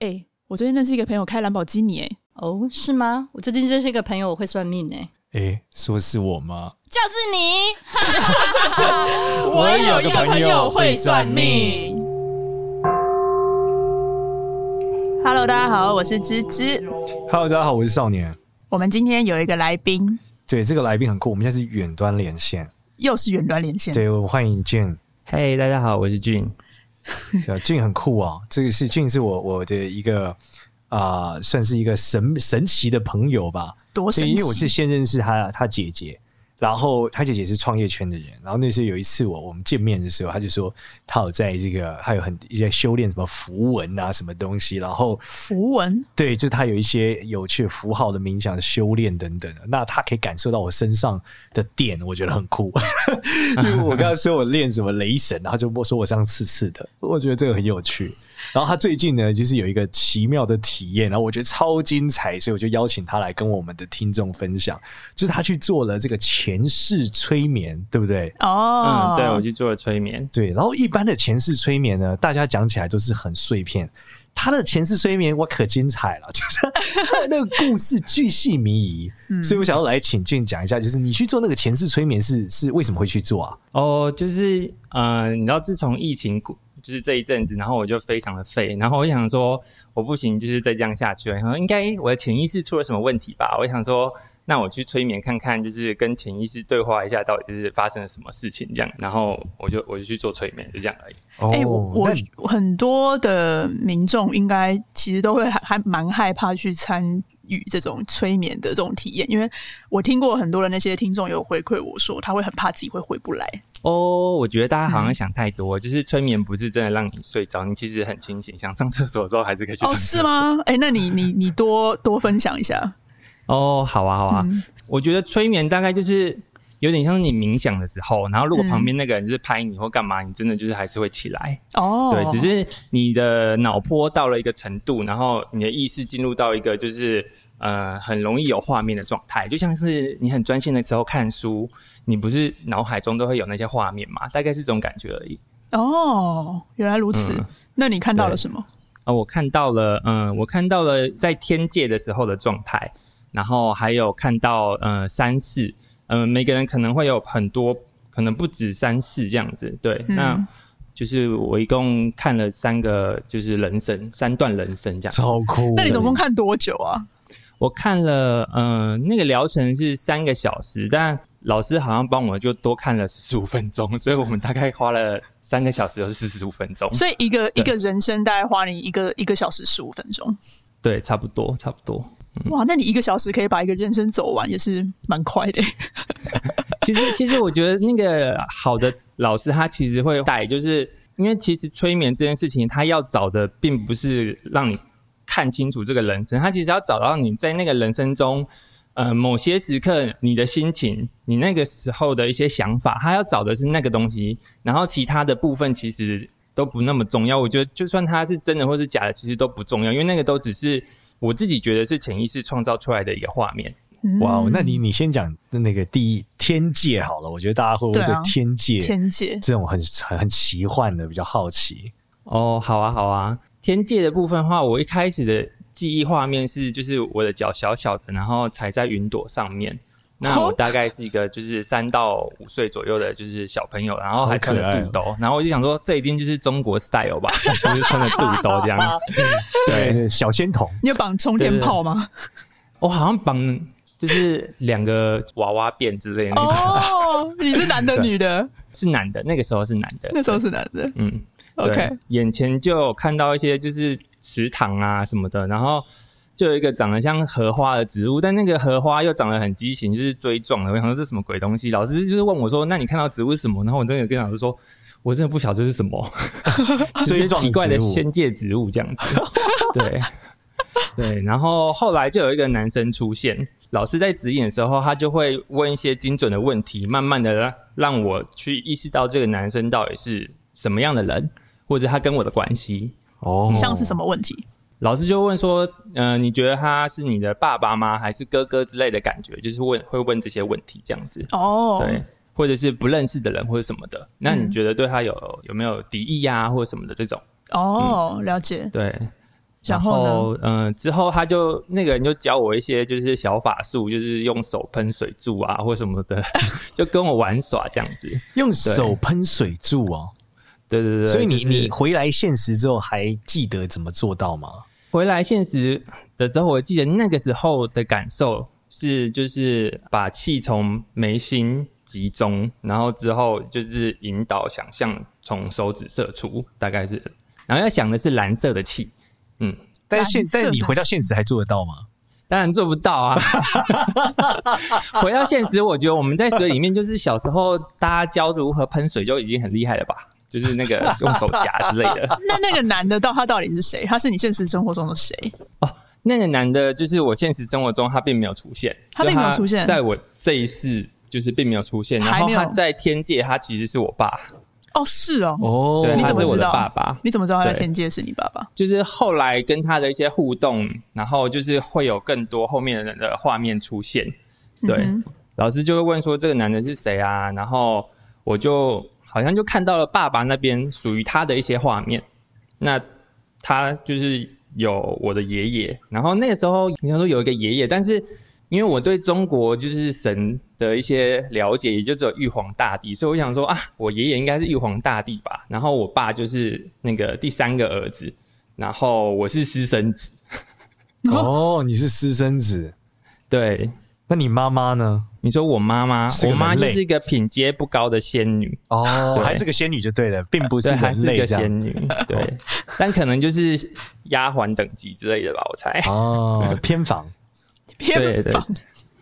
哎、我最近认识一个朋友开兰博基尼、哎，哦，是吗？我最近认识一个朋友，我会算命哎、诶，说是我吗？就是你。我有个朋友会算命。 Hello，大家好，我是芝芝。 Hello，大家好，我是少年。我们今天有一个来宾，对，这个来宾很酷，我们现在是远端连线。又是远端连线。对，我们欢迎 Jane。嘿大家好，我是俊。嗯对，Jane 很酷啊，这个是 Jane 是我我的一个啊、算是一个神神奇的朋友吧。多神对，奇因为我是先认识他他姐姐，然后他姐姐是创业圈的人，然后那时候有一次我我们见面的时候，他就说他有在这个他有很一些修炼什么符文啊什么东西，然后符文，对，就他有一些有趣的符号的冥想、修炼等等的，那他可以感受到我身上的点，我觉得很酷。 就是我刚才说我练什么雷神，然后就说我这样刺刺的，我觉得这个很有趣。然后他最近呢，就是有一个奇妙的体验，然后我觉得超精彩，所以我就邀请他来跟我们的听众分享，就是他去做了这个前世催眠，对不对？哦嗯，，对我去做了催眠。对，然后一般的前世催眠呢，大家讲起来都是很碎片。他的前世催眠我可精彩了，就是他的那个故事巨细靡遗，嗯所以我想要来请俊讲一下，就是你去做那个前世催眠是是为什么会去做啊？哦，就是嗯、呃你知道，自从疫情过就是这一阵子，然后我就非常的废，然后我想说，我不行，就是再这样下去了，然后应该我的潜意识出了什么问题吧？我想说，那我去催眠看看，就是跟潜意识对话一下，到底是发生了什么事情这样，然后我就我就去做催眠，就这样而已。哦哎、我我很多的民众应该其实都会还还蛮害怕去参与这种催眠的这种体验，因为我听过很多的那些听众有回馈我说，他会很怕自己会回不来。哦，我觉得大家好像想太多，就是催眠不是真的让你睡着，你其实很清醒，想上厕所的时候还是可以去上哦，厕所。是？吗？哎、那你你你多多分享一下。哦，好啊，好啊。我觉得催眠大概就是有点像你冥想的时候，然后如果旁边那个人就是拍你或干嘛，你真的就是还是会起来。哦，对，只是你的脑波到了一个程度，然后你的意识进入到一个就是呃很容易有画面的状态，就像是你很专心的时候看书，你不是脑海中都会有那些画面嘛？大概是这种感觉而已。哦，原来如此。嗯那你看到了对什么？啊，我看到了，嗯，我看到了在天界的时候的状态，然后还有看到，呃，三世，嗯、每个人可能会有很多，可能不止三世这样子，对，嗯那就是我一共看了三个，就是人生三段人生这样。超酷，那你总共看多久啊？我看了，嗯、那个疗程是三个小时，但老师好像帮我就多看了十五分钟，所以我们大概花了三个小时有四十五分钟，所以一个一个人生大概花你一个一个小时十五分钟，对，差不多，差不多。哇！那你一个小时可以把一个人生走完，也是蛮快 的。其实，其实我觉得那个好的老师，他其实会带，就是因为其实催眠这件事情，他要找的并不是让你看清楚这个人生，他其实要找到你在那个人生中，呃，某些时刻你的心情，你那个时候的一些想法，他要找的是那个东西，然后其他的部分其实都不那么重要。我觉得，就算它是真的或是假的，其实都不重要，因为那个都只是我自己觉得是潜意识创造出来的一个画面。哇嗯哦，那你你先讲那个第一天界好了，我觉得大家会不会对对啊天界、天界这种很很很奇幻的比较好奇？哦，好啊，好啊。天界的部分的话，我一开始的记忆画面是，就是我的脚小小的，然后踩在云朵上面。那我大概是一个就是三到五岁左右的，就是小朋友，然后还穿好可爱着哦肚兜，然后我就想说，这一定就是中国 style 吧，就是穿着肚兜这样。对，对对小仙童你有绑冲天炮吗？ 我好像绑就是两个娃娃辫之类的那种，哦，你是男的女的？是男的，那个时候是男的，那时候是男的。嗯 OK 对眼前就有看到一些就是池塘啊什么的，然后就有一个长得像荷花的植物，但那个荷花又长得很畸形，就是锥状的。我想说这什么鬼东西？老师就是问我说：“那你看到植物是什么？”然后我真的有跟老师说。我真的不晓得这是什么，追啊这撞是奇怪的植物仙界植物这样子。对对，然后后来就有一个男生出现，老师在指引的时候，他就会问一些精准的问题，慢慢的让让我去意识到这个男生到底是什么样的人，或者他跟我的关系。哦，像是什么问题？老师就问说，嗯、你觉得他是你的爸爸吗？还是哥哥之类的感觉？就是问会问这些问题这样子。哦，对，或者是不认识的人或者什么的，那啊你觉得对他有有没有敌意呀、或者什么的这种？哦，了解。对，然嗯然后呢后，嗯、之后他就那个人就教我一些就是小法术，就是用手喷水柱啊或什么的， 就跟我玩耍这样子。用手喷水柱哦。对对对，所以你、就是你回来现实之后还记得怎么做到吗？回来现实的时候，我记得那个时候的感受是，就是把气从眉心集中，然后之后就是引导想象从手指射出，大概是，然后要想的是蓝色的气，但是现蓝色的但你回到现实还做得到吗？当然做不到啊！ 回到现实，我觉得我们在水里面，就是小时候大家教如何喷水就已经很厉害了吧？就是那个用手夹之类的。 那那个男的到他到底是谁？他是你现实生活中的谁？那个男的，就是我现实生活中他并没有出现，他并没有出现就他在我这一世就是并没有出现。然还后没有他在天界，他其实是我爸，哦，是哦，哦对，你他怎么是我知的道爸爸。你怎么知道他在对天界是你爸爸？就是后来跟他的一些互动，然后就是会有更多后面的的画面出现。对，嗯老师就会问说这个男的是谁啊？然后我就好像就看到了爸爸那边属于他的一些画面。那他就是有我的爷爷，然后那个时候你要说有一个爷爷，但是因为我对中国就是神的一些了解，也就只有玉皇大帝，所以我想说啊，我爷爷应该是玉皇大帝吧，然后我爸就是那个第三个儿子，然后我是私生子，哦，你是私生子，对。那你妈妈呢？你说我妈妈是，个我妈人就类是一个品阶不高的仙女，哦，对还是个仙女就对了，并不是对，还人是类个这样。仙 女，对，但可能就是丫鬟等级之类的吧，我猜。哦，偏房对偏对房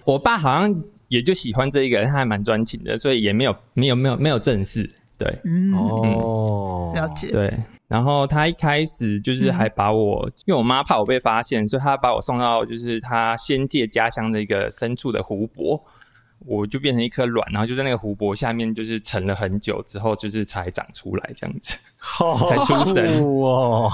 我爸好像也就喜欢这一个人，他还蛮专情的，所以也没有没有没有没有正式。对嗯，哦，了解。对，然后他一开始就是还把我，因为我妈怕我被发现，所以她把我送到就是她仙界家乡的一个深处的湖泊，我就变成一颗卵，然后就在那个湖泊下面就是沉了很久之后，就是才长出来这样子。好才出生酷哦，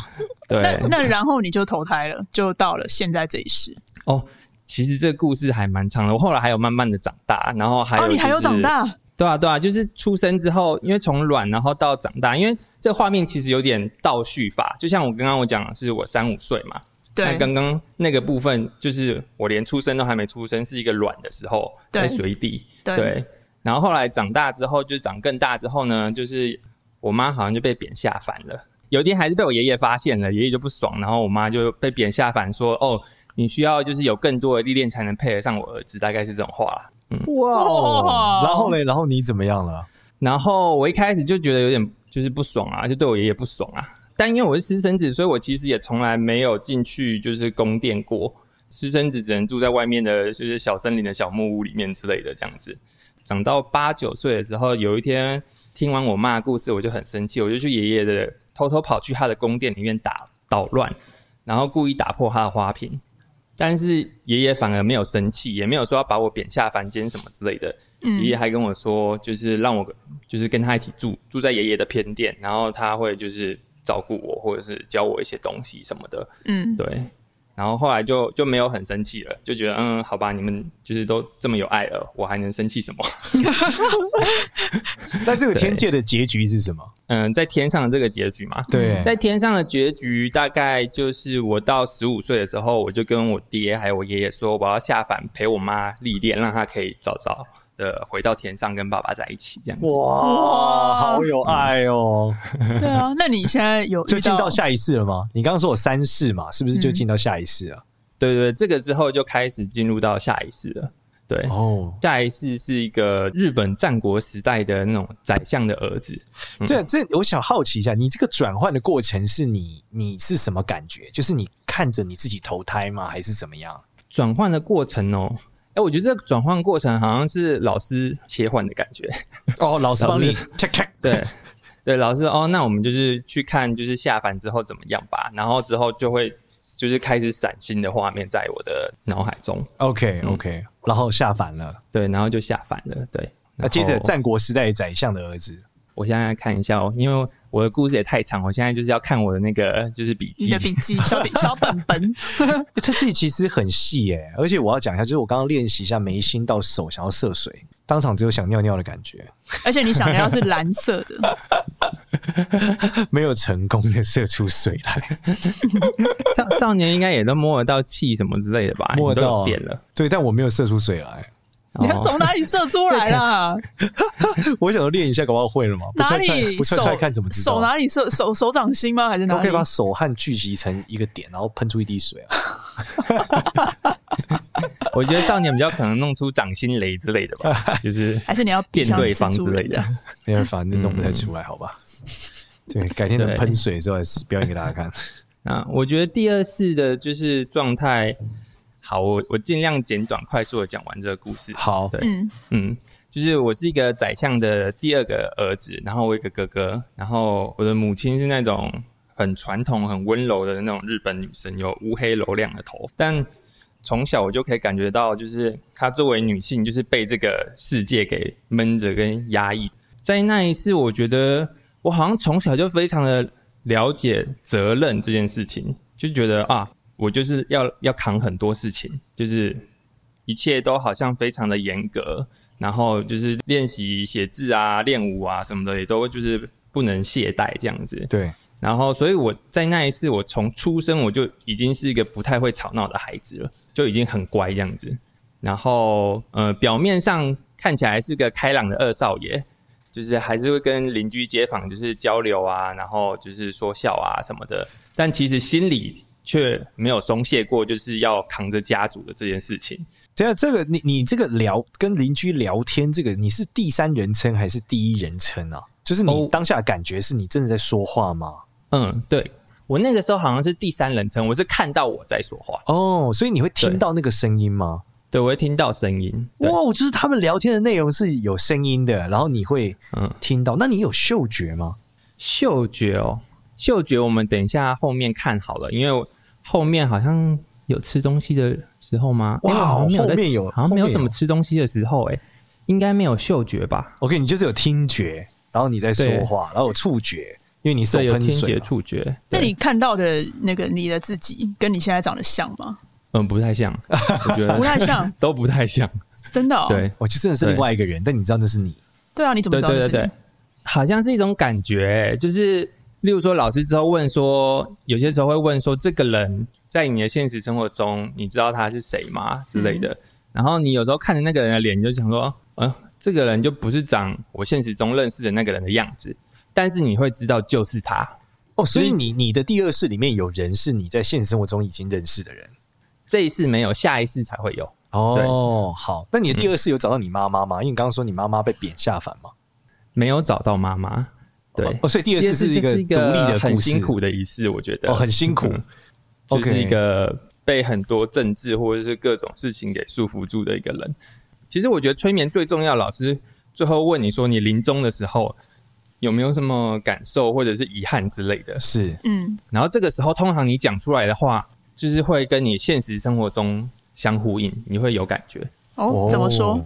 对，那那然后你就投胎了，就到了现在这一世。哦，其实这个故事还蛮长的。我后来还有慢慢的长大，然后还有、哦，你还有长？大，对啊，对啊，就是出生之后，因为从卵然后到长大，因为这画面其实有点倒叙法，就像我刚刚我讲的是我三五岁嘛，那对，刚刚那个部分就是我连出生都还没出生，是一个卵的时候，对在水底。对然后后来长大之后，就长更大之后呢，就是我妈好像就被贬下凡了。有一天还是被我爷爷发现了，爷爷就不爽，然后我妈就被贬下凡说：“哦，你需要就是有更多的历练才能配得上我儿子。”大概是这种话啦。哇哦哇！然后嘞，然后你怎么样了？然后我一开始就觉得有点就是不爽啊，就对我爷爷不爽啊。但因为我是私生子，所以我其实也从来没有进去就是宫殿过。私生子只能住在外面的，就是小森林的小木屋里面之类的这样子。长到八九岁的时候，有一天听完我妈的故事，我就很生气，我就去爷爷的偷偷跑去他的宫殿里面打捣乱，然后故意打破他的花瓶。但是爷爷反而没有生气，也没有说要把我贬下凡间什么之类的。爷爷还跟我说，就是让我就是跟他一起住，住在爷爷的偏殿，然后他会就是照顾我，或者是教我一些东西什么的。嗯，对，然后后来就就没有很生气了，就觉得嗯，好吧，你们就是都这么有爱了，我还能生气什么？ 那这个对天界的结局是什么？嗯，在天上的这个结局嘛，对，在天上的结局大概就是我到十五岁的时候，我就跟我爹还有我爷爷说，我要下凡陪我妈历练，让她可以早早的回到天上跟爸爸在一起这样子。哇，好有爱哦！对 啊。那你现在有就遇进到到下一世了吗？你刚刚说有三世嘛，是不是就进到下一世啊？对对，对这个之后就开始进入到下一世了。对，哦，下一世是一个日本战国时代的那种宰相的儿子。这这，我想好奇一下，你这个转换的过程是你你是什么感觉？就是你看着你自己投胎吗？还是怎么样？转换的过程哦，哎，我觉得这个转换过程好像是老师切换的感觉。 哦，老师帮你老 check check，对，对，老师哦，那我们就是去看，就是下凡之后怎么样吧。然后之后就会就是开始闪新的画面在我的脑海中。 ，OK OK，然后下凡了。对，然后就下凡了。对，那接着然后战国时代宰相的儿子，我现在来看一下哦，因为我的故事也太长，我现在就是要看我的那个就是笔你记的。笔记小 笔小本本？欸他自己其实很细耶、而且我要讲一下，就是我刚刚练习一下眉心到手想要涉水，当场只有想尿尿的感觉。 而且你想的要是蓝色的，没有成功的射出水来。少少年应该也都摸得到气什么之类的吧？摸得哎你都有到啊点了，对，但我没有射出水来。你要从哪里射出来啦？我想要练一下，搞不好会了嘛？不哪踹踹，里不踹手踹看怎么知道手？哪里射手手掌心吗？还是我哪可里以？把手汗聚集成一个点，然后喷出一滴水啊！我觉得少年比较可能弄出掌心雷之类的吧，就是还是你要电变成对方蜘之蛛类人的。没办法，那弄不太出来，好 吧？对，改天等对喷水的时候来表演给大家看。那我觉得第二次的就是状态，好，我我尽量简短快速的讲完这个故事。好，对嗯，嗯，就是我是一个宰相的第二个儿子，然后我有一个哥哥，然后我的母亲是那种很传统、很温柔的那种日本女生，有乌黑柔亮的头，但从小我就可以感觉到，就是她作为女性，就是被这个世界给闷着跟压抑。在那一次，我觉得我好像从小就非常的了解责任这件事情，就觉得啊，我就是要要扛很多事情，就是一切都好像非常的严格，然后就是练习写字啊、练舞啊什么的，也都就是不能懈怠这样子。对，然后，所以我在那一次，我从出生我就已经是一个不太会吵闹的孩子了，就已经很乖这样子。然后，呃，表面上看起来是个开朗的二少爷，就是还是会跟邻居街坊就是交流啊，然后就是说笑啊什么的，但其实心里却没有松懈过，就是要扛着家族的这件事情。这样这个你你这个聊跟邻居聊天，这个你是第三人称还是第一人称啊？就是你哦当下的感觉是你真的在说话吗？嗯，对我那个时候好像是第三人称，我是看到我在说话，哦，所以你会听对到那个声音吗？对我会听到声音，对，哇，就是他们聊天的内容是有声音的，然后你会嗯。听到。那你有嗅觉吗？嗅觉哦，嗅觉我们等一下后面看好了，因为我后面好像有吃东西的时候吗？哇诶好像没有在后面吃有好像没有后面有什么吃东西的时候、诶，哎应该没有嗅觉吧？ OK，你就是有听觉，然后你在说话，然后有触觉，因为你手对，有喷听水觉、嘛。触觉。那对你看到的那个你的自己跟你现在长得像吗？嗯不太像，我觉不得太像， 都不太像。真的、哦。啊对，我就真的是另对外一个人，但你知道那是你。对啊，你怎么对知道对这对是对，好像是一种感觉、诶就是例如说老师之后问说，有些时候会问说，这个人在你的现实生活中，你知道他是谁吗之类的。嗯然后你有时候看着那个人的脸，你就想说，嗯、这个人就不是长我现实中认识的那个人的样子，但是你会知道就是他。哦，所以你你的第二世里面有人是你在现实生活中已经认识的人。这一次没有，下一次才会有。哦，好，那你嗯的第二世有找到你妈妈吗？因为你刚刚说你妈妈被贬下凡嘛。没有找到妈妈，对，哦，所以第二第二世次是就一个是独立的很故事，辛苦的一次，我觉得哦，很辛苦。嗯就 OK 是一个被很多政治或者是各种事情给束缚住的一个人。其实我觉得催眠最重要，老师最后问你说你临终的时候有没有什么感受或者是遗憾之类的，是嗯，然后这个时候通常你讲出来的话，就是会跟你现实生活中相呼应，你会有感觉。哦，怎么说？？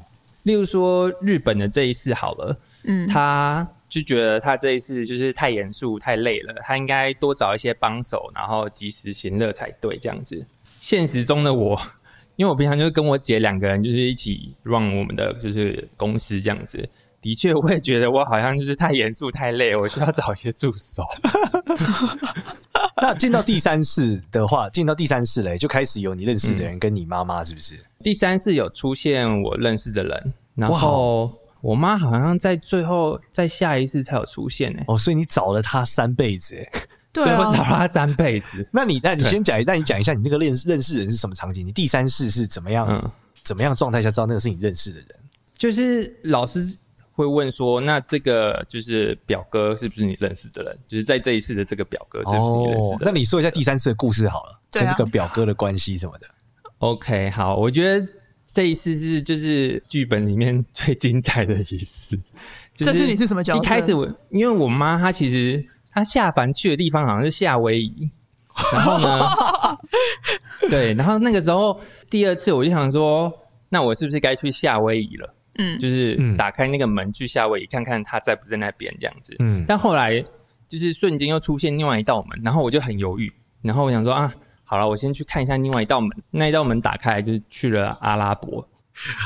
例如说日本的这一次好了，嗯，他就觉得他这一次就是太严肃、太累了，他应该多找一些帮手，然后及时行乐才对。这样子，现实中的我，因为我平常就是跟我姐两个人就是一起 run 我们的就是公司这样子。的确，我也觉得我好像就是太严肃、太累，我需要找一些助手。那进到第三世的话，进到第三世嘞，就开始有你认识的人跟你妈妈，是不是？ 第三次有出现我认识的人，然后我妈好像在最后在下一次才有出现呢、欸。哦，所以你找了她三辈子欸。对我找啊，了她三辈子。那你那你对先讲，那你讲一下你那个认识认识人是什么场景？你第三世是怎么样？嗯，怎么样状态下知道那个是你认识的人？就是老师会问说，那这个就是表哥是不是你认识的人？就是在这一次的这个表哥是不是哦你认识的哦那人、你说一下第三次的故事好了，对啊跟这个表哥的关系什么的。 o k 好，我觉得这一次是就是剧本里面最精彩的 一次。就这次你是什么角色一开始我因为我妈她其实她下凡去的地方好像是夏威夷，然后 呢，对，然后那个时候第二次我就想说，那我是不是该去夏威夷了？嗯，就是嗯打开那个门去夏威夷看看他在不在那边这样子。嗯但后来就是瞬间又出现另外一道门，然后我就很犹豫，然后我想说啊，好了，我先去看一下另外一道门。那一道门打开就是去了阿拉伯，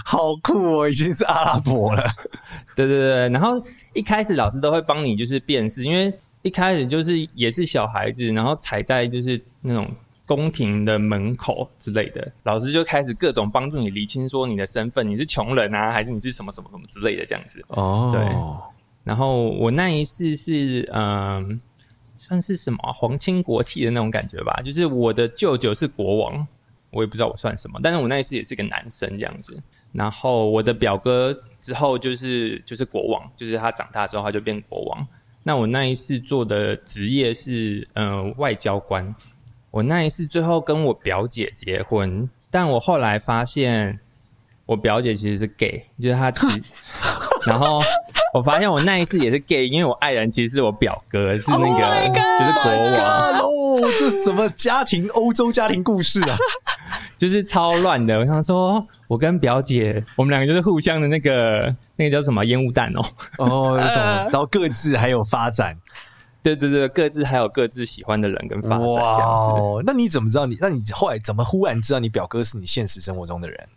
好酷哦，已经是阿拉伯了。对对对。然后一开始老师都会帮你就是辨识，因为一开始就是也是小孩子，然后踩在就是那种宫廷的门口之类的，老师就开始各种帮助你厘清说你的身份，你是穷人啊，还是你是什么什么什么之类的这样子。哦，然后我那一次是嗯、算是什么啊皇亲国戚的那种感觉吧，就是我的舅舅是国王，我也不知道我算什么，但是我那一次也是个男生这样子。然后我的表哥之后就是就是国王，就是他长大之后他就变国王。那我那一次做的职业是呃外交官，我那一次最后跟我表姐结婚，但我后来发现我表姐其实是 gay，就是 她其实，然后我发现我那一次也是 gay，因为我爱人其实是我表哥，是那个、就是国王。哦，这什么家庭欧洲家庭故事啊？就是超乱的。我想说，我跟表姐，我们两个就是互相的那个那个叫什么烟雾弹哦。 哦，呃懂了。然后各自还有发展，对对对，各自还有各自喜欢的人跟发展这哇样子。哦！那你怎么知道你？那你后来怎么忽然知道你表哥是你现实生活中的人？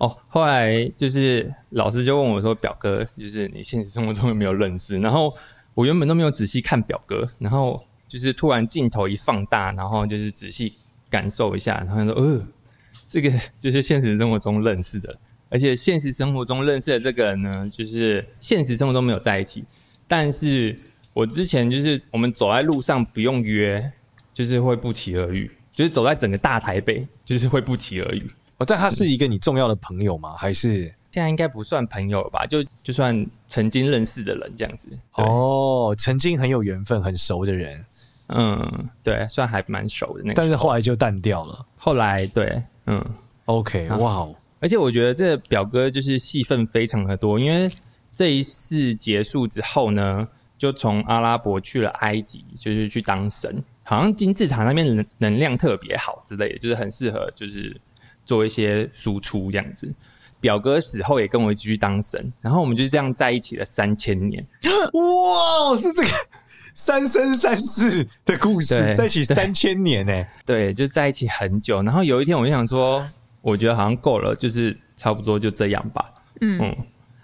哦，后来就是老师就问我说：“表哥，就是你现实生活中有没有认识？”然后我原本都没有仔细看表哥，然后就是突然镜头一放大，然后就是仔细感受一下，然后就说：“呃，这个 就是现实生活中认识的，而且现实生活中认识的这个人呢，就是现实生活中没有在一起，但是我之前就是我们走在路上不用约，就是会不期而遇，就是走在整个大台北，就是会不期而遇。”哦，但他是一个你重要的朋友吗？还是现在应该不算朋友了吧？就就算曾经认识的人这样子。对，哦，曾经很有缘分、很熟的人，嗯，对，算还蛮熟的那个。但是后来就淡掉了。后来对，嗯， OK，啊哇哦，而且我觉得这表哥就是戏份非常的多，因为这一次结束之后呢，就从阿拉伯去了埃及，就是去当神，好像金字塔那边能能量特别好之类的，就是很适合就是做一些输出这样子。表哥死后也跟我一起去当神，然后我们就是这样在一起了三千年。哇，是这个三生三世的故事，对在一起对三千年呢、对，就在一起很久。然后有一天，我就想说，我觉得好像够了，就是差不多就这样吧。嗯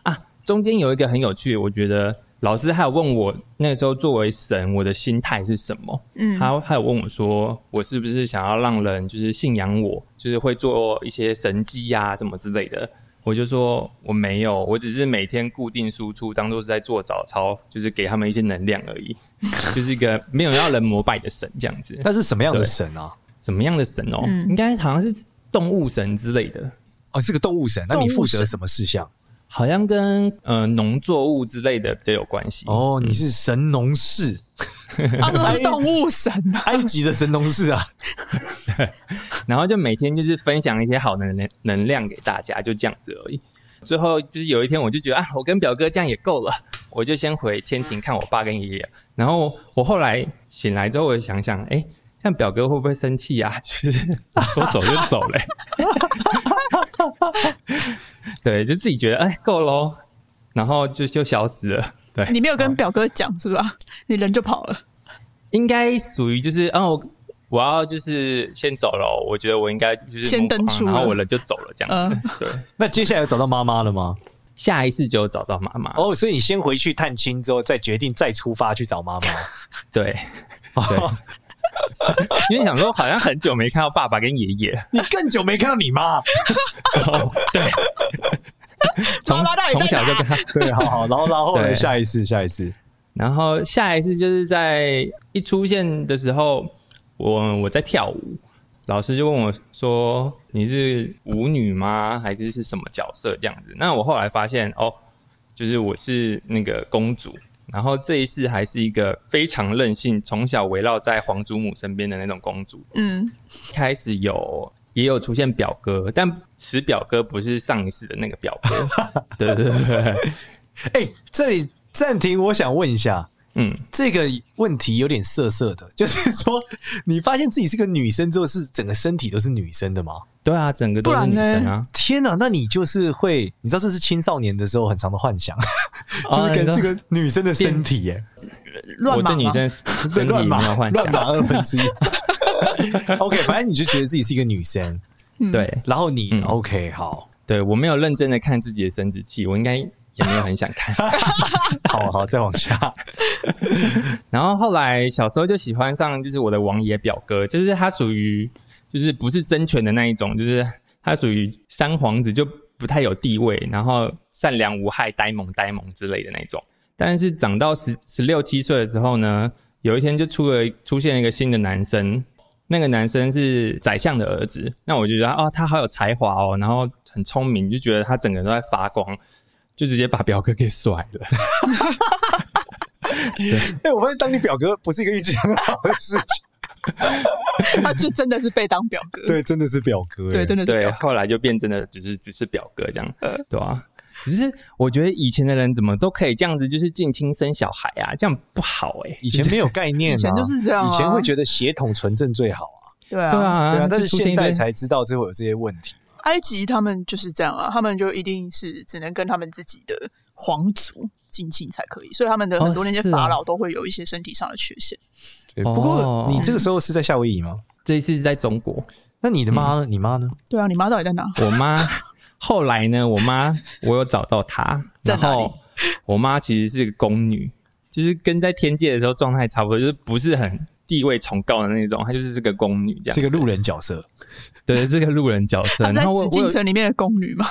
啊，中间有一个很有趣，我觉得老师还有问我那时候作为神，我的心态是什么？嗯，他还有问我说，我是不是想要让人就是信仰我，就是会做一些神迹呀、什么之类的。我就说我没有，我只是每天固定输出，当做是在做早操，就是给他们一些能量而已， 就是一个没有要人膜拜的神这样子。那是什么样的对神啊？什么样的神哦？应该好像是动物神之类的，哦，是个动物神。那你动物负责神什么事项？好像跟呃农作物之类的比较有关系。哦，你是神农氏，他说啊是动物神 啊，埃及的神农氏啊。然后就每天就是分享一些好的能能量给大家，就这样子而已。最后就是有一天，我就觉得啊，我跟表哥这样也够了，我就先回天庭看我爸跟爷爷。然后我后来醒来之后，我就想想，哎、这样表哥会不会生气啊？ 就是说走就走嘞、 对，就自己觉得哎够喽，然后就就消失了。对，你没有跟表哥讲是吧？你人就跑了，应该属于就是哦，我我要就是先走了，我觉得我应该就是先 move on，登出了嗯然后我人就走了这呃样子。对，那接下来有找到妈妈了吗？下一次就有找到妈妈。哦，哦，所以你先回去探亲之后，再决定再出发去找妈妈。对， 哦，因为想说好像很久没看到爸爸跟爷爷，你更久没看到你妈。哦 对，从妈妈到底在从小就跟他。对， 好好，然后然后对下一次，下一次。然后下一次就是在一出现的时候，我我在跳舞，老师就问我说：“你是舞女吗？还是是什么角色？”这样子。那我后来发现哦，就是我是那个公主。然后这一次还是一个非常任性，从小围绕在皇祖母身边的那种公主。嗯，开始有也有出现表哥，但此表哥不是上一次的那个表哥。 对对对对，哎、这里暂停，我想问一下，嗯。这个问题有点涩涩的，就是 说，你发现自己是个女生之后，是整个身体都是女生的吗？对啊，整个都是女不然呢生啊，天哪、那你就是会，你知道这是青少年的时候很常的幻想，就是哦你跟知道这个女生的身体耶、乱我码对女吗？生对，身体乱码没有幻乱码想，二分之一。OK，反 正你就觉得自己是一个女生，对然后你、嗯 OK 好，对，我没有认真的看自己的生殖器，我应该也没有很想看。好好，再往下。 然后后来小时候就喜欢上，就是我的王爷表哥，就是他属于就是不是争权的那一种，就是他属于三皇子，就不太有地位，然后善良无害、呆萌呆萌之类的那种。但是长到十十六七岁的时候呢，有一天就出了出现了一个新的男生，那个男生是宰相的儿子，那我就觉得哦，他好有才华哦，然后很聪明，就觉得他整个人都在发光，就直接把表哥给甩了。哎、我发现当你表哥不是一个运气很好的事 情， 他就真的是被当表哥，对，真的是表哥、对，真的。的是对，啊表后来就变真的只是只是表哥这样，对啊。只是我觉得以前的人怎么都可以这样子，就是近亲生小孩啊，这样不好哎、以前没有概念、啊，以前就是这样啊以前会觉得血统纯正最好啊，对对啊。啊，对啊，但是就出现现一堆代才知道这会有这些问题。埃及他们就是这样啊，他们就一定是只能跟他们自己的皇族近亲才可以，所以他们的哦很多那些是啊法老都会有一些身体上的缺陷。对，哦不过你这个时候是在夏威夷吗？这一次是在中国，那你的妈呢？你妈呢？对啊，你妈到底在哪？我妈后来呢，我妈我有找到她，在然哪里后我妈其实是个宫女，就是跟在天界的时候状态差不多，就是不是很地位崇高的那种，她就是这个宫女这样，是个路人角色，对，是个路人角色。她啊是在然后我紫禁我有城里面的宫女嘛？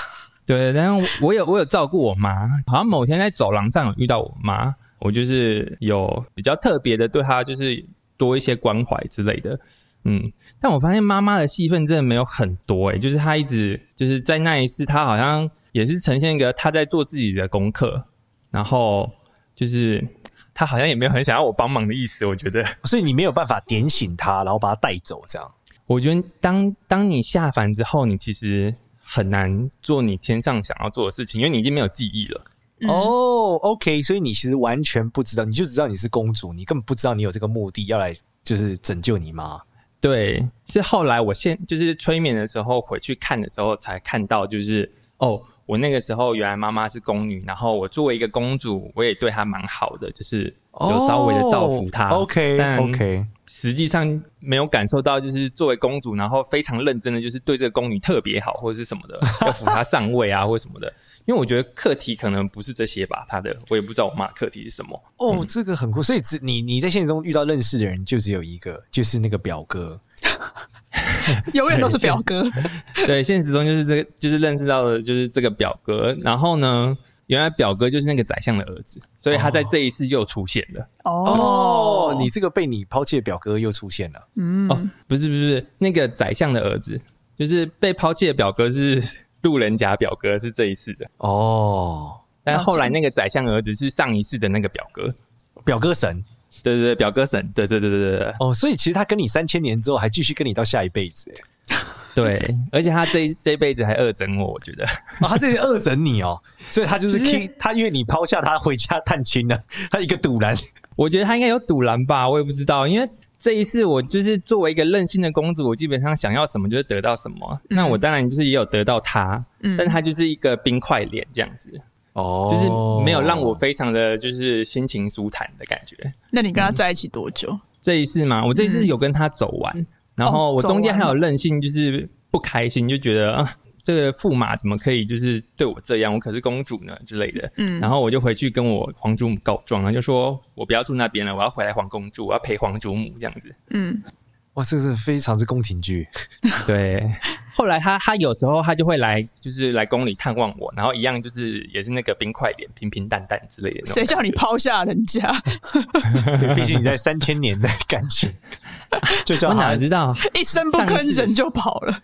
对，然后我有我有照顾我妈，好像某天在走廊上有遇到我妈，我就是有比较特别的对她就是多一些关怀之类的，嗯，但我发现妈妈的戏份真的没有很多诶、就是她一直就是在那一次，她好像也是呈现一个她在做自己的功课，然后就是她好像也没有很想要我帮忙的意思，我觉得。所以你没有办法点醒他，然后把他带走，这样我觉得当当你下凡之后，你其实很难做你天上想要做的事情，因为你已经没有记忆了。哦、o k 所以你其实完全不知道，你就知道你是公主，你根本不知道你有这个目的要来就是拯救你妈。对，是后来我现就是催眠的时候回去看的时候才看到，就是哦，我那个时候原来妈妈是宫女，然后我作为一个公主，我也对她蛮好的，就是有稍微的造福她。哦 OK 但嗯 OK，实际上没有感受到，就是作为公主，然后非常认真的，就是对这个宫女特别好，或者是什么 的，要扶她上位啊，或者什么的。因为我觉得课题可能不是这些吧，她的我也不知道我妈的课题是什么。哦、这个很酷。所以只你你在现实中遇到认识的人就只有一个，就是那个表哥。永远都是表哥， 对，现实中就是这个，就是认识到的，就是这个表哥。然后呢，原来表哥就是那个宰相的儿子，所以他在这一世又出现了。哦哦，嗯你这个被你抛弃的表哥又出现了。哦，不是不是，不是，那个宰相的儿子，就是被抛弃的表哥是 路人甲表哥，是这一世的。哦、但后来那个宰相儿子是上一世的那个表哥，表哥神对对对，表哥神，对对对对对对哦所以其实他跟你三千年之后还继续跟你到下一辈子，哎对，而且他这一这一辈子还恶整我，我觉得。啊，他这里恶整你哦，所以他就是就是 king，他因为你抛下他回家探亲了，他一个堵拦，我觉得他应该有堵拦吧，我也不知道，因为这一次我就是作为一个任性的公主，我基本上想要什么就是得到什么。那我当然就是也有得到他，嗯但他就是一个冰块脸这样子，哦就是没有让我非常的就是心情舒坦的感觉。那你跟他在一起多久？这一次嘛，我这一嗯次有跟他走完，然哦后我中间还有任性，就是不开心，就觉得啊。这个驸马怎么可以就是对我这样？我可是公主呢之类的。嗯，然后我就回去跟我皇祖母告状，然后就说我不要住那边了，我要回来皇宫住，我要陪皇祖母这样子。嗯哇，这个是非常之宫廷剧对，后来他他有时候他就会来，就是来宫里探望我，然后一样就是也是那个冰块脸，平平淡淡之类的那种谁感觉。叫你抛下人家？对，毕竟你在三千年的感 情，就叫我哪他知道一声不上一吭，世人就跑了。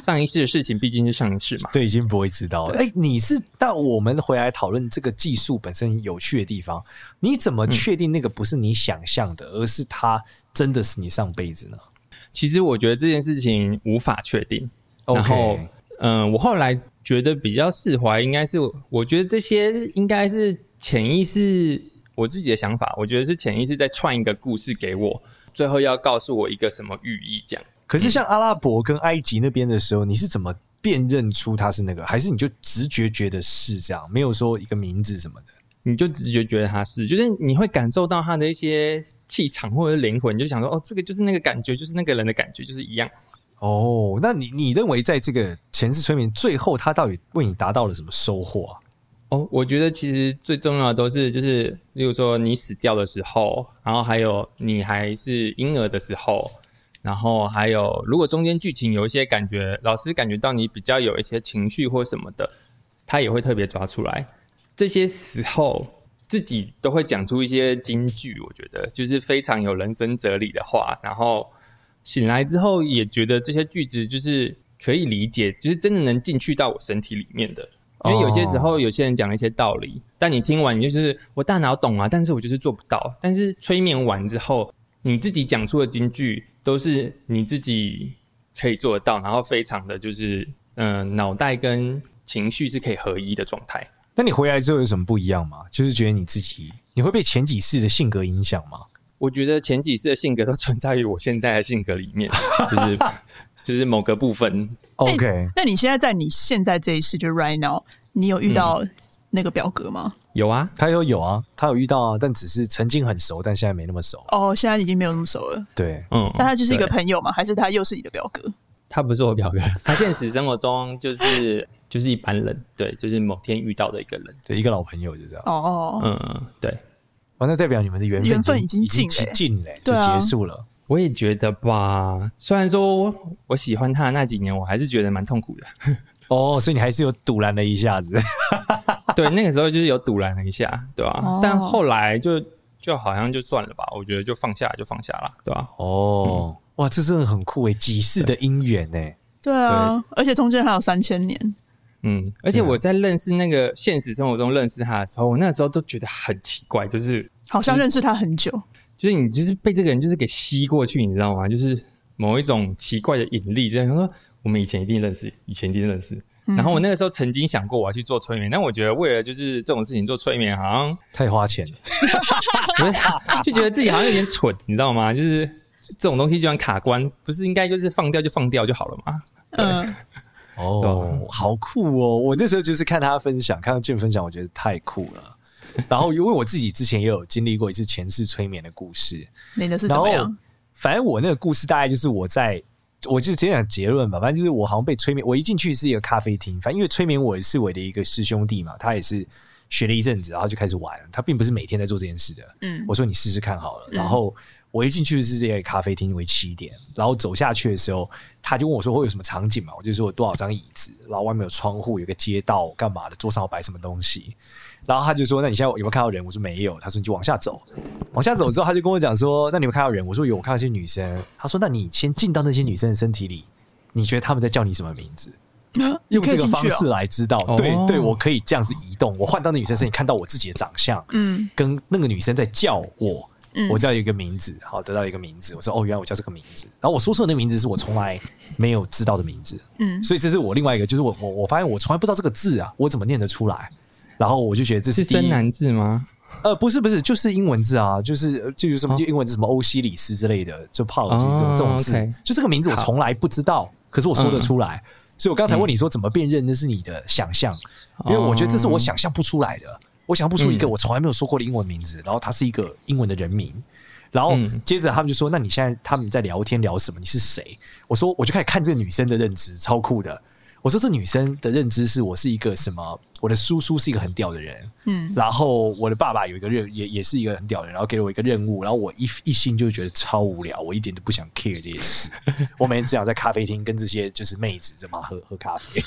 上一世的事情毕竟是上一世嘛。对，已经不会知道了。哎、你是那我们回来讨论这个技术本身有趣的地方，你怎么确定那个不是你想象的，而是它真的是你上辈子呢其实我觉得这件事情无法确定。然后？OK，，嗯，我后来觉得比较释怀，应该是我觉得这些应该是潜意识我自己的想法，我觉得是潜意识在串一个故事给我，最后要告诉我一个什么寓意这样。可是像阿拉伯跟埃及那边的时候，你是怎么辨认出它是那个？还是你就直觉觉得是这样，没有说一个名字什么的？你就直觉觉得他是，就是你会感受到他的一些气场或者是灵魂，你就想说，哦，这个就是那个感觉，就是那个人的感觉，就是一样。哦，那你你认为在这个前世催眠最后，他到底为你达到了什么收获啊？哦，我觉得其实最重要的都是就是，例如说你死掉的时候，然后还有你还是婴儿的时候，然后还有如果中间剧情有一些感觉，老师感觉到你比较有一些情绪或什么的，他也会特别抓出来。这些时候自己都会讲出一些金句，我觉得就是非常有人生哲理的话。然后醒来之后也觉得这些句子就是可以理解，就是真的能进去到我身体里面的。因为有些时候有些人讲了一些道理，但你听完你就是我大脑懂啊，但是我就是做不到。但是催眠完之后，你自己讲出的金句都是你自己可以做得到，然后非常的就是嗯、呃脑袋跟情绪是可以合一的状态。那你回来之后有什么不一样吗？就是觉得你自己，你会被前几世的性格影响吗？我觉得前几次的性格都存在于我现在的性格里面，就是就是某个部分。 OK，、那你现在在你现在这一世，就 right now，你有遇到那个表格吗？有啊，他有有啊，他有遇到啊，但只是曾经很熟，但现在没那么熟。哦，现在已经没有那么熟了。对，嗯，哦但他就是一个对朋友嘛，还是他又是你的表哥？他不是我表哥，他现实生活中就是 就是一般人，对，就是某天遇到的一个人。对，一个老朋友就这样。哦哦，哦嗯，对，哇，那代表你们的缘分缘分已已经已经尽了尽了，哎就对啊结束了。我也觉得吧。虽然说我喜欢他的那几年，我还是觉得蛮痛苦 的。哦，所以你还是有堵拦了一下 子。对，那个时候就是有堵拦了一下，对吧、哦但后来就就好像就算了吧，我觉得就放下就放下了，对吧、哦，哇，这真的很酷诶，欸几世的姻缘欸呢？对啊，而且中间还有三千年。嗯，而啊且我在认识那个现实生活中认识他的时候，我那时候都觉得很奇怪，就是好像认识他很久，就是你就是被这个人就是给吸过去，你知道吗？就是某一种奇怪的引力，这样他说我们以前一定认识，以前一定认识。嗯然后我那个时候曾经想过我要去做催眠，但我觉得为了就是这种事情做催眠，好像 太花钱了。就觉得自己好像有点蠢，你知道吗？就是这种东西就像卡关，不是应该就是放掉就放掉就好了吗？嗯，哦，好酷哦！我那时候就是看他分享，看到俊分享，我觉得太酷了。然后因为我自己之前也有经历过一次前世催眠的故事，你的是怎然后么样？反正我那个故事大概就是我在，我就直接讲结论吧。反正就是我好像被催眠，我一进去是一个咖啡厅，反正因为催眠我是我的一个师兄弟嘛，他也是学了一阵子，然后就开始玩。他并不是每天在做这件事的。嗯我说你试试看好了。然后我一进去是这个咖啡厅为七点，然后走下去的时候，他就问我说会有什么场景嘛？我就说有多少张椅子，然后外面有窗户，有个街道，干嘛的？桌上有摆什么东西？然后他就说：“那你现在有没有看到人？”我说：“没有。”他说：“你就往下走。”往下走之后，他就跟我讲说：“那你有没有看到人？”我说：“有，我看到一些女生。”他说：“那你先进到那些女生的身体里，你觉得他们在叫你什么名字？”用可以这个进去方哦式来知道，哦对对，我可以这样子移动，我换到那女生身体，看到我自己的长相，嗯，跟那个女生在叫我，嗯我叫一个名字，好，得到一个名字，我说哦，原来我叫这个名字，然后我说出的那名字是我从来没有知道的名字， 嗯所以这是我另外一个，就是我我我发现我从来不知道这个字啊，我怎么念得出来，然后我就觉得这是是第深一，难字吗？呃，不是不是，就是英文字啊，就是呃就有什么哦就英文字什么欧西里斯之类的，就泡尔吉这种哦这种字 OK，嗯就这个名字我从来不知道，可是我说得出来，所以我刚才问你说怎么辨认，那是你的想象，哦因为我觉得这是我想象不出来的，我想不出一个嗯我从来没有说过的英文名字，然后它是一个英文的人名，然后嗯接着他们就说，那你现在他们在聊天聊什么？你是谁？我说我就开始看这个女生的认知，超酷的。我说这女生的认知是我是一个什么？我的叔叔是一个很屌的人，嗯，然后我的爸爸有一个任也也是一个很屌的人，然后给了我一个任务，然后我一一心就觉得超无聊，我一点都不想 care 这些事，我每天只想在咖啡厅跟这些就是妹子这么喝喝咖啡，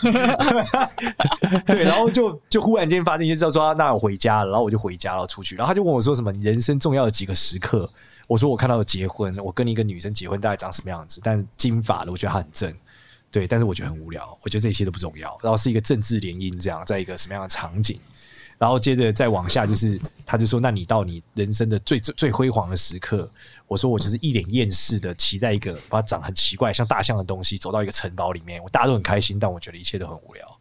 对，然后就就忽然间发生一件事，说啊那我回家了，然后我就回家了，出去，然后他就问我说什么你人生重要的几个时刻，我说我看到了结婚，我跟一个女生结婚大概长什么样子，但金发的我觉得她很正。对，但是我觉得很无聊，我觉得这一切都不重要。然后是一个政治联姻这样，在一个什么样的场景，然后接着再往下就是，他就说：“那你到你人生的最最最辉煌的时刻。”我说：“我就是一脸厌世的骑在一个把它长很奇怪像大象的东西，走到一个城堡里面，我大家都很开心，但我觉得一切都很无聊。”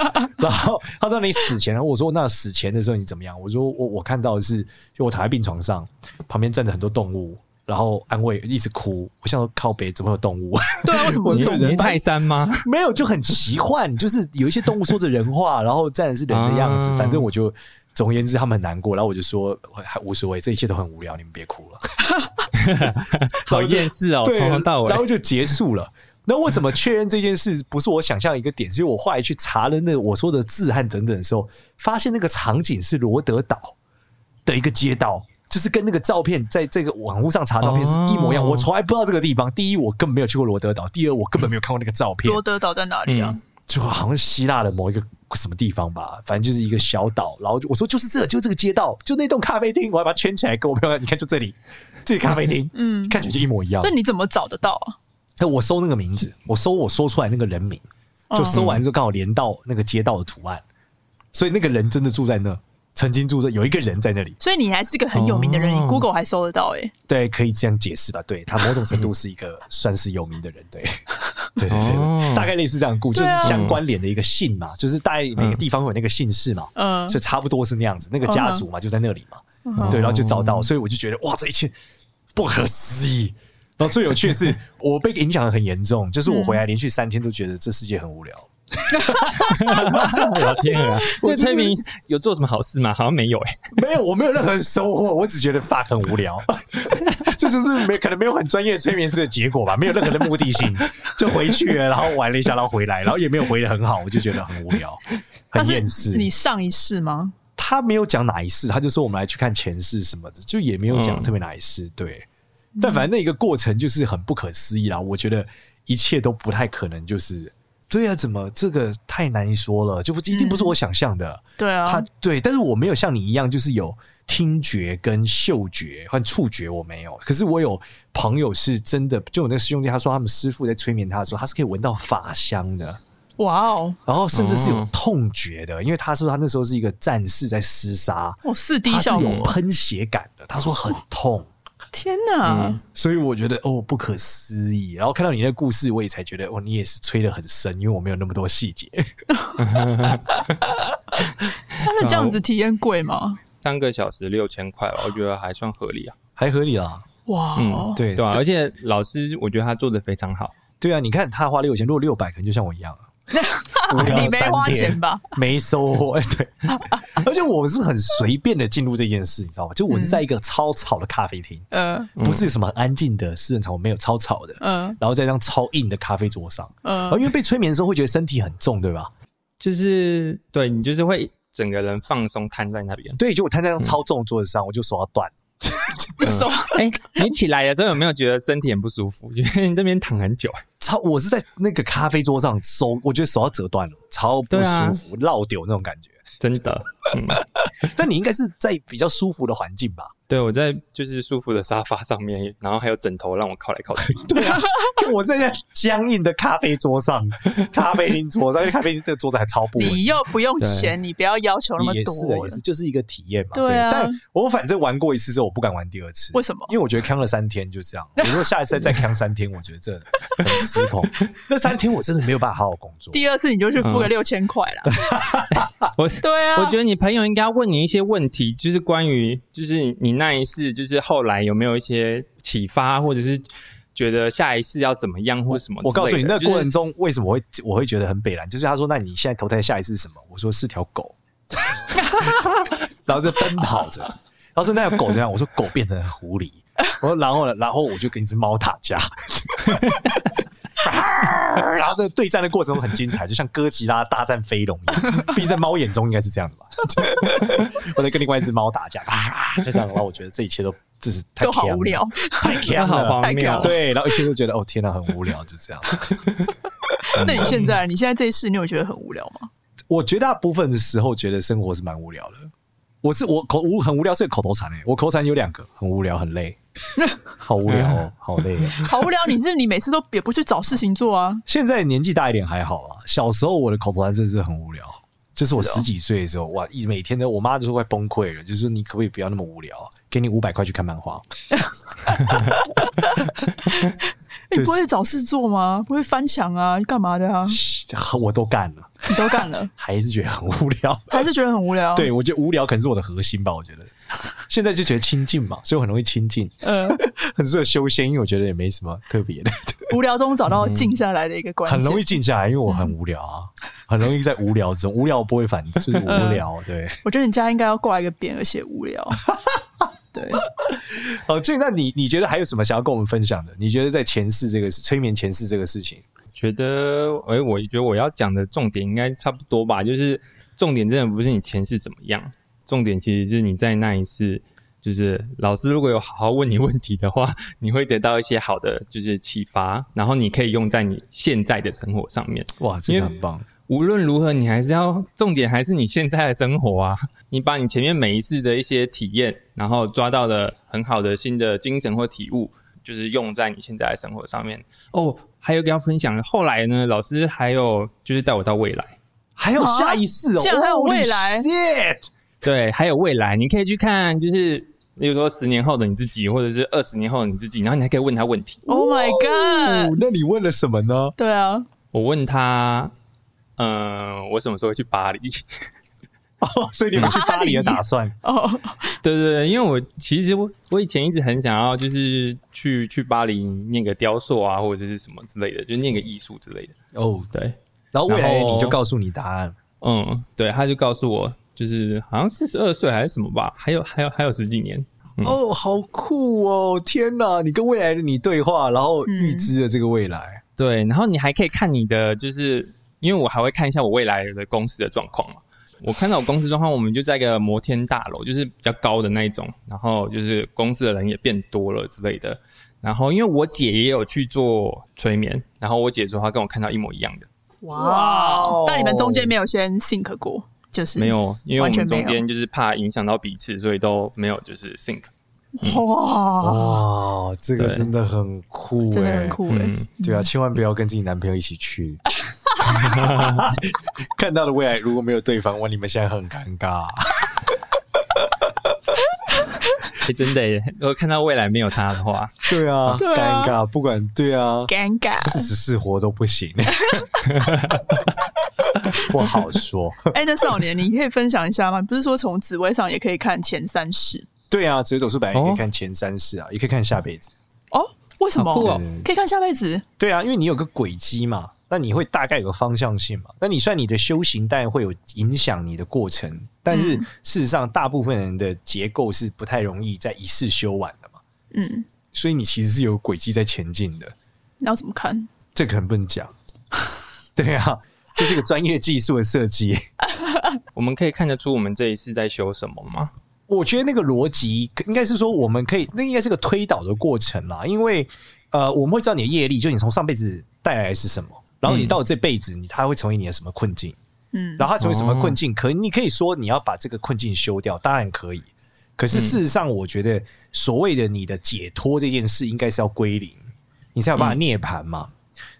然后他说你死前，然后我说那死前的时候你怎么样？我说我我看到的是，就我躺在病床上，旁边站着很多动物，然后安慰一直哭。我想说靠北怎么会有动物？ 对啊，为什么我不是是你懂懂人年吧泰 山吗？没有就很奇幻，就是有一些动物说着人话，然后站的是人的样子。啊反正我就总而言之他们很难过，然后我就说还无所谓，这一切都很无聊，你们别哭了。好厌世哦，对，啊从头到尾然。后就结束了。那我怎么确认这件事不是我想象一个点？是因为我后来去查了那我说的字和等等的时候，发现那个场景是罗德岛的一个街道，就是跟那个照片在这个网络上查照片是一模一样。哦我从来不知道这个地方。第一，我根本没有去过罗德岛；第二，我根本没有看过那个照片罗。德岛在哪嗯里啊？就好像希腊的某一个什么地方吧，反正就是一个小岛。然后就我说就是这，就这个街道，就那栋咖啡厅，我还把它圈起来，跟我朋友讲你看就这里，这个咖啡厅，嗯，看起来就一模一样那。你怎么找得到啊？哎，我搜那个名字，我搜我搜出来那个人名，嗯就搜完之后刚好连到那个街道的图案，所以那个人真的住在那，曾经住在有一个人在那里，所以你还是个很有名的人，哦你 Google 还搜得到哎、对，可以这样解释吧？对他某种程度是一个算是有名的人，对， 对对对哦对，大概类似这样的故，就是对啊相关联的一个姓嘛，就是大概每个地方会有那个姓氏嘛，嗯所以差不多是那样子，那个家族嘛就在那里嘛，对，然后就找到，所以我就觉得哇，这一切不可思议。然后最有趣的是，我被影响得很严重，就是我回来连续三天都觉得这世界很无聊。我的天啊！ 我就这是崔明有做什么好事吗？好像没有哎、 没有，我没有任何收获，我只觉得 fuck 很无聊， 这就是没可能没有很专业催眠师的结果吧，没有任何的目的性，就回去了，然后玩了一下，然后回来，然后也没有回的很好，我就觉得很无聊，但很厌世是。你上一世吗？他没有讲哪一世，他就说我们来去看前世什么的，就也没有讲特别哪一世。对，嗯但反正那一个过程就是很不可思议啦，我觉得一切都不太可能，就是对啊，怎么这个太难说了，就不一定嗯不是我想象的。对啊他，对，但是我没有像你一样，就是有听觉跟嗅觉和触觉，我没有。可是我有朋友是真的，就我那个师兄弟，他说他们师傅在催眠他的时候，他是可以闻到法香的，哇哦，然后甚至是有哦痛觉的，因为他说他那时候是一个战士在厮杀，我哦四 D 他是效有果，喷血感的，他说很痛。天哪！所以我觉得哦，不可思议。然后看到你那故事，我也才觉得哦，你也是吹得很深，因为我没有那么多细节。 啊那这样子体验贵吗？三个小时六千块吧，我觉得还算合理啊。还合理啦，哇哦，嗯对对啊，而且老师我觉得他做的非常好。对啊，你看他花六千，如果六百，可能就像我一 样啊，无聊你没花啊三天钱吧？没收获。哎 对，而且我是很随便的进入这件事，你知道吗？就我是在一个超吵的咖啡厅，呃嗯不是什么很安静的私人场，我没有超吵的，呃然后在一张超硬的咖啡桌上，嗯然后呃，因为被催眠的时候会觉得身体很重，对吧？就是对你就是会整个人放松瘫在那 边。对，就我摊在那嗯张超重的桌子上，我就手要断。手嗯哎、你起来的时候有没有觉得身体很不舒服？ 因为你这边躺很久，超，我是在那个咖啡桌上手，我觉得手要折断了，超不对啊舒服，落丢那种感觉。真的。嗯，但你应该是在比较舒服的环境吧？对我在就是舒服的沙发上面，然后还有枕头让我靠来靠 去。对啊， 我在那僵硬的咖啡 桌上，咖啡厅桌上，因为咖啡厅这个桌子还超不稳。你又不用钱，你不要要求那么也是啊多也。是，就是一个体验嘛。对啊但我反正玩过一次之后，我不敢玩第二次。为什么因为我觉得扛了三天就这样。我如果下一次再扛三天，我觉得这很 失控。那三天我真的没有办法好好工作。第二次你就去付嗯个六千块 啦。我对啊，我觉得你朋友应该要问你一些问题，就是关于就是你那一世，就是后来有没有一些启发，或者是觉得下一世要怎么样或什么之类的我告诉你，那过程就是中为什么会我会觉得很北蓝，就是他说：“那你现在投胎下一次是什么？”我说：“是条狗。” 然后就奔跑着，然后说：“那条狗怎样？”我说：“狗变成了狐狸。”我说：“然后呢？然后我就跟一只猫打架。” 然后这个对战的过程中很精彩，就像哥吉拉大战飞龙一样。毕竟在猫眼中应该是这样的吧。 我在跟另外一只猫打架， 啊，就这样的话，我觉得这一切都真是太都好甜了无聊，太甜那好了，荒太谬屌哦，了对，然后一切都觉得哦天哪，很无聊，就这样。嗯那你现在，你现在这一世，你有觉得很无聊吗？我绝大部分的时候觉得生活是蛮无聊的。我是我口无很无聊是个口头禅诶、欸我口头禅有两个，很无聊，很累，好无聊哦，好累哦。好无聊，你是你每次都也不去找事情做啊？现在年纪大一点还好啊，小时候我的口头禅真的是很无聊，就是我十几岁的时候，哇，一每天的我妈就说快崩溃了，就是说你可不可以不要那么无聊，啊给你五百块去看漫画。 你欸不对会找事做吗？不会翻墙啊？干嘛的啊？我都干了，你都干了，还是觉得很无聊。还是觉得很无聊？对，我觉得无聊可能是我的核心吧。我觉得现在就觉得亲近嘛，所以我很容易亲近，呃， 很适合修仙，因为我觉得也没什么特别的，无聊中找到静下来的一个关很键容。易静下来，因为我很无聊啊，很容易在无聊中，无聊我不会反，就是无聊。对，我觉得你家应该要挂一个匾，而且无聊。对，好，这那你你觉得还有什么想要跟我们分享的？你觉得在前世这个事，催眠前世这个事情，觉得，哎、我觉得我要讲的重点应该差不多吧，就是重点真的不是你前世怎么样，重点其实是你在那一世，就是老师如果有好好问你问题的话，你会得到一些好的就是启发，然后你可以用在你现在的生活上面。哇，这个很棒，无论如何，你还是要重点还是你现在的生活啊！ 你把你前面每一次的一些体验，然后抓到了很好的新的精神或体悟，就是用在你现在的生活上面。哦，还有一个要分享的，后来呢，老师还有就是带我到未来，还有下一世哦，竟然还有 Holy 未来 shit！对，还有未来，你可以去看，就是例如说十年后的你自己，或者是二十年后的你自己，然后你还可以问他问题。 Oh my god！哦，那你问了什么呢？ 对啊，我问他，嗯、我什么时候会去巴黎？哦，所以你们去巴黎的打算？哦，对对对，因为我其实我我以前一直很想要，就是去去巴黎念个雕塑啊，或者是什么之类的，就念个艺术之类的。哦，对，然后未来然后你就告诉你答案。嗯，对，他就告诉我，就是好像四十二岁还是什么吧，还有还有还有十几年。嗯哦，好酷哦！天哪，你跟未来的你对话，然后预知了这个未来。对，然后你还可以看你的，就是因为我还会看一下我未来的公司的状况嘛。我看到我公司状况，我们就在一个摩天大楼，就是比较高的那一种，然后就是公司的人也变多了之类的。然后因为我姐也有去做催眠，然后我姐说她跟我看到一模一样的，哇哦但你们中间没有先 think 过，就是没有，因为我完全们没有中间就是怕影响到彼此，所以都没有就是 think。哦哇，哇，这个对真嗯的很酷、欸，真的很。酷哎、嗯，对啊，千万不要跟自己男朋友一起去。 看到的未来如果没有对方，哇，你们现在很尴尬。诶欸真的耶，如果看到未来没有她的话，对啊，对啊尴尬，不管对啊，尴尬。 四十四活都不 行，不好说。哎、那少年，你可以分享一下吗？不是说从紫薇上也可以看前三世对啊，紫微斗数本来也可以哦看前三世啊，也可以看下辈子。哦？为什么？好酷哦可以看下辈子对啊，因为你有个轨迹嘛，那你会大概有个方向性嘛。那你算你的修行，当然会有影响你的过程，但是事实上，大部分人的结构是不太容易在一世修完的嘛。嗯，所以你其实是有轨迹在前进的，你要怎么看？这可能不能讲。 对啊，这是个专业技术的设计。我们可以看得出我们这一次在修什么吗？ 我觉得那个逻辑应该是说，我们可以那应该是个推导的过程啦，因为呃，我们会知道你的业力，就你从上辈子带来的是什么，然后你嗯到这辈子，你它会成为你的什么困境，嗯，然后它成为什么困境，可你可以说你要把这个困境修掉，当然可以，可是事实上，我觉得所谓的你的解脱这件事，应该是要归零，你才有办法涅槃嘛。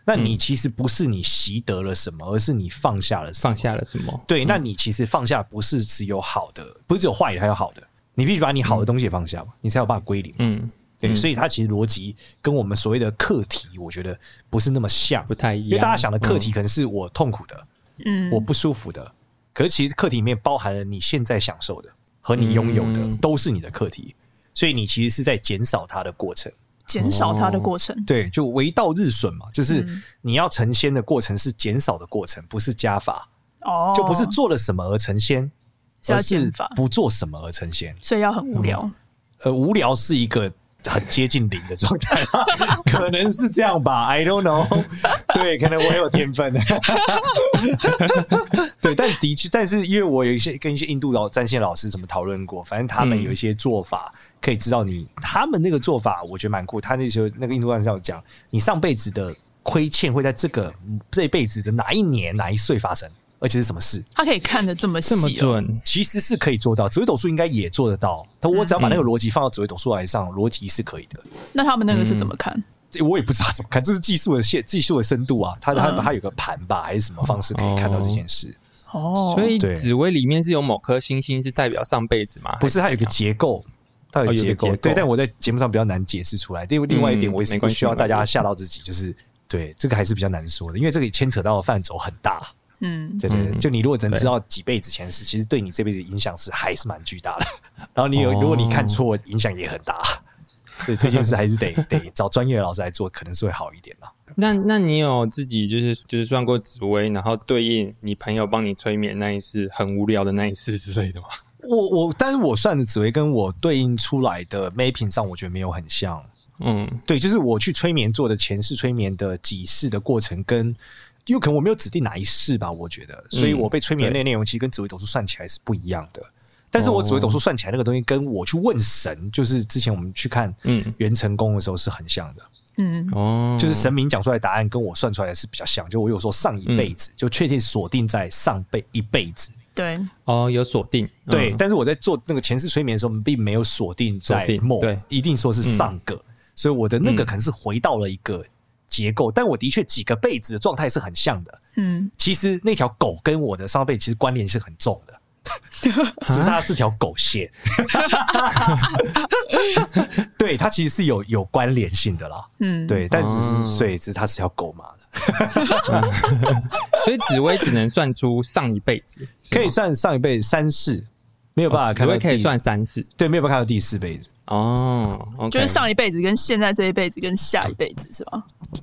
那你其实不是你习得了什么，而是你放下了什么。上下了什么？对，那你其实放下不是只有好的，不是只有坏的，还有好的。你必须把你好的东西也放下嘛，你才有办法归零。嗯，对，嗯所以它其实逻辑跟我们所谓的课题，我觉得不是那么像不，太一样，因为大家想的课题可能是我痛苦的，嗯，我不舒服的，可是其实课题里面包含了你现在享受的和你拥有的嗯都是你的课题，所以你其实是在减少它的过程。减少它的过程。对，就为道日损嘛，就是嗯你要成仙的过程是减少的过程，不是加法。哦，就不是做了什么而成仙，是要而减是法不做什么而成仙。所以要很无聊。呃，无聊是一个很接近零的状态，啊 可能是这样吧，I don't know。对， 可能我有天分。 对，但的确，但是因为我有一些跟一些印度老占线老师怎么讨论过，反正他们嗯有一些做法。可以知道你他们那个做法，我觉得蛮酷。他那时候那个印度老师有讲，你上辈子的亏欠会在这个这辈子的哪一年哪一岁发生，而且是什么事。他可以看得这么这么细哦，准，其实是可以做到，紫微斗数应该也做得到。但我只要把那个逻辑放到紫微斗数来上，逻辑是可以的。那他们那个是怎么看？这我也不知道怎么看，这是技术的限，技术的深度啊。它嗯它它有个盘吧，还是什么方式可以看到这件事？哦，所以对紫薇里面是有某颗星星是代表上辈子吗？不是，它有一个还结构，它有哦有个结构。结构对，但我在节目上比较难解释出来。因为另外一点，嗯我也是没不关系需要大没家关系吓到自己，就是对这个还是比较难说的，因为这个牵扯到的范畴很大。嗯，对对，对嗯就你如果能对知道几辈子前的事，其实对你这辈子影响是还是蛮巨大的。 然后你有，哦如果你看错，影响也很大。 所以这件事还是得得找专业的老师来做，可能是会好一点啦。那那你有自己就是就是算过紫薇，然后对应你朋友帮你催眠那一世很无聊的那一世之类的吗？ 我我，但是我算的紫薇跟我对应出来的 mapping 上，我觉得没有很像。嗯，对，就是我去催眠做的前世催眠的几世的过程跟，因为可能我没有指定哪一世吧，我觉得，嗯所以我被催眠类内容其实跟紫微斗数算起来是不一样的。但是我紫微哦斗数算起来那个东西，跟我去问神，就是之前我们去看嗯元成功的时候是很像的，嗯，哦，就是神明讲出来的答案跟我算出来的是比较像。就我有说上一辈嗯子，就确定锁定在上辈一辈子。对，哦有锁定，对，嗯但是我在做那个前世催眠的时候，我们并没有锁定在锁定某对，嗯一定说是上个，所以我的那个可能是回到了一个结构，但我的确几个辈子的状态是很像的。嗯，其实那条狗跟我的上辈其实关联是很重 的，只是它是条狗线，对，它其实是有有关联性的啦。嗯，对，但只是哦所以只是它是条狗嘛，所以紫薇只能算出上一辈 子，哦可以算上一辈三世，没有办法紫看到薇第、可以算三次对，没有办法看到第四辈子。哦，OK，就是上一辈子跟现在这一辈子跟下一辈子是 吧？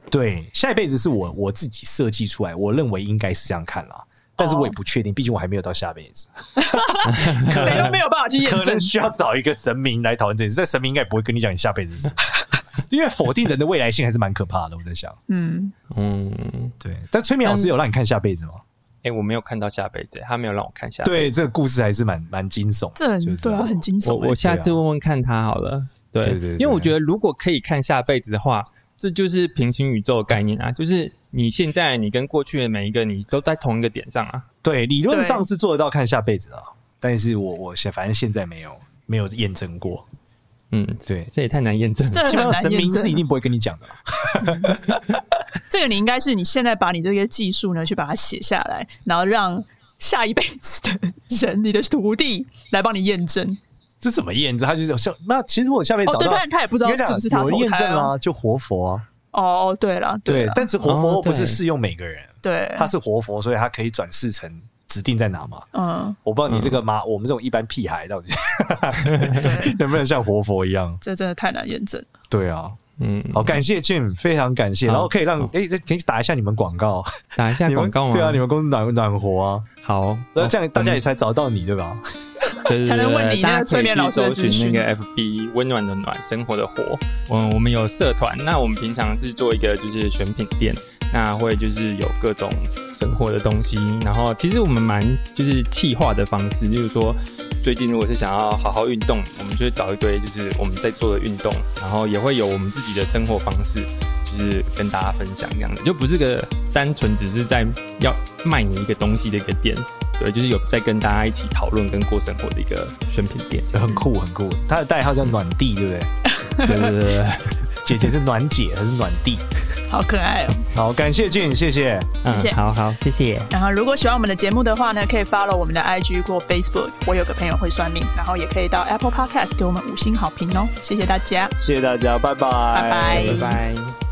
对，下一辈子是我我自己设计出来，我认为应该是这样看啦。但是我也不确定，毕竟我还没有到下辈子，哦 谁都没有办法去验可证能。需要找一个神明来讨论这件事。但神明应该也不会跟你讲你下辈子 是什么，因为否定人的未来性还是蛮可怕的。我在想，嗯，嗯，对，但催眠老师有让你看下辈子吗？哎，我没有看到下辈子，他没有让我看下辈子，对，这个故事还是蛮蛮惊悚的，这就很是这对啊，样很惊我悚欸。我下对啊次问问看他好了。对对对对因为我觉得如果可以看下辈子的话，这就是平行宇宙的概念啊，就是你现在你跟过去的每一个你都在同一个点上啊。对，理论对上是做得到看下辈子啊，但是我我现反正现在没有没有验证过，嗯，对，这也太难验证了。这基很本难上神明验证是一定不会跟你讲的啦。这个你应该是你现在把你这些技术呢，去把它写下来，然后让下一辈子的人，你的徒弟来帮你验证。这怎么验证？他就是像那其实我下辈子哦找对到，但是他也不知道因为这样是不是他有人投验胎证啊啊，就活佛啊。哦，哦，对了，对了，，但是活佛哦不是对适用每个人，对，啊他是活佛，所以他可以转世成指定在哪嘛？嗯，我不知道你这个妈，我们这种一般屁孩到底 能不能像活佛一样？这真的太难验证了。对啊，嗯，好，感谢 Jim，非常感谢，好然后可以让好哎，可以打一下你们广告，打一 下你们广告吗？哦对啊，你们公司暖暖和啊，好，然后这样大家也也才找到你对 吧？才才能问你那个催眠老师的搜资寻讯那个 FB 温暖的暖生活的活。嗯，我们有社团，那我们平常是做一个就是选品店，那会就是有各种生活的东西。然后其实我们蛮就是气化的方式，就是说最近如果是想要好好运动，我们就会找一堆就是我们在做的运动，然后也会有我们自己的生活方式。就是跟大家分享这样子，就不是个单纯只是在要卖你一个东西的一个店，对，就是有在跟大家一起讨论跟过生活的一个选品店。很酷很酷，他的代号叫暖弟，对不对？对对对对，姐姐是暖姐还是暖弟？好可爱哦！好，感谢 Jim，谢谢。嗯谢谢 好好，谢谢。然后，如果喜欢我们的节目的话呢，可以 follow 我们的 IG 或 Facebook。我有个朋友会算命，然后也可以到 Apple Podcast 给我们五星好评哦，谢谢大家。谢谢大家，拜拜，拜拜拜拜。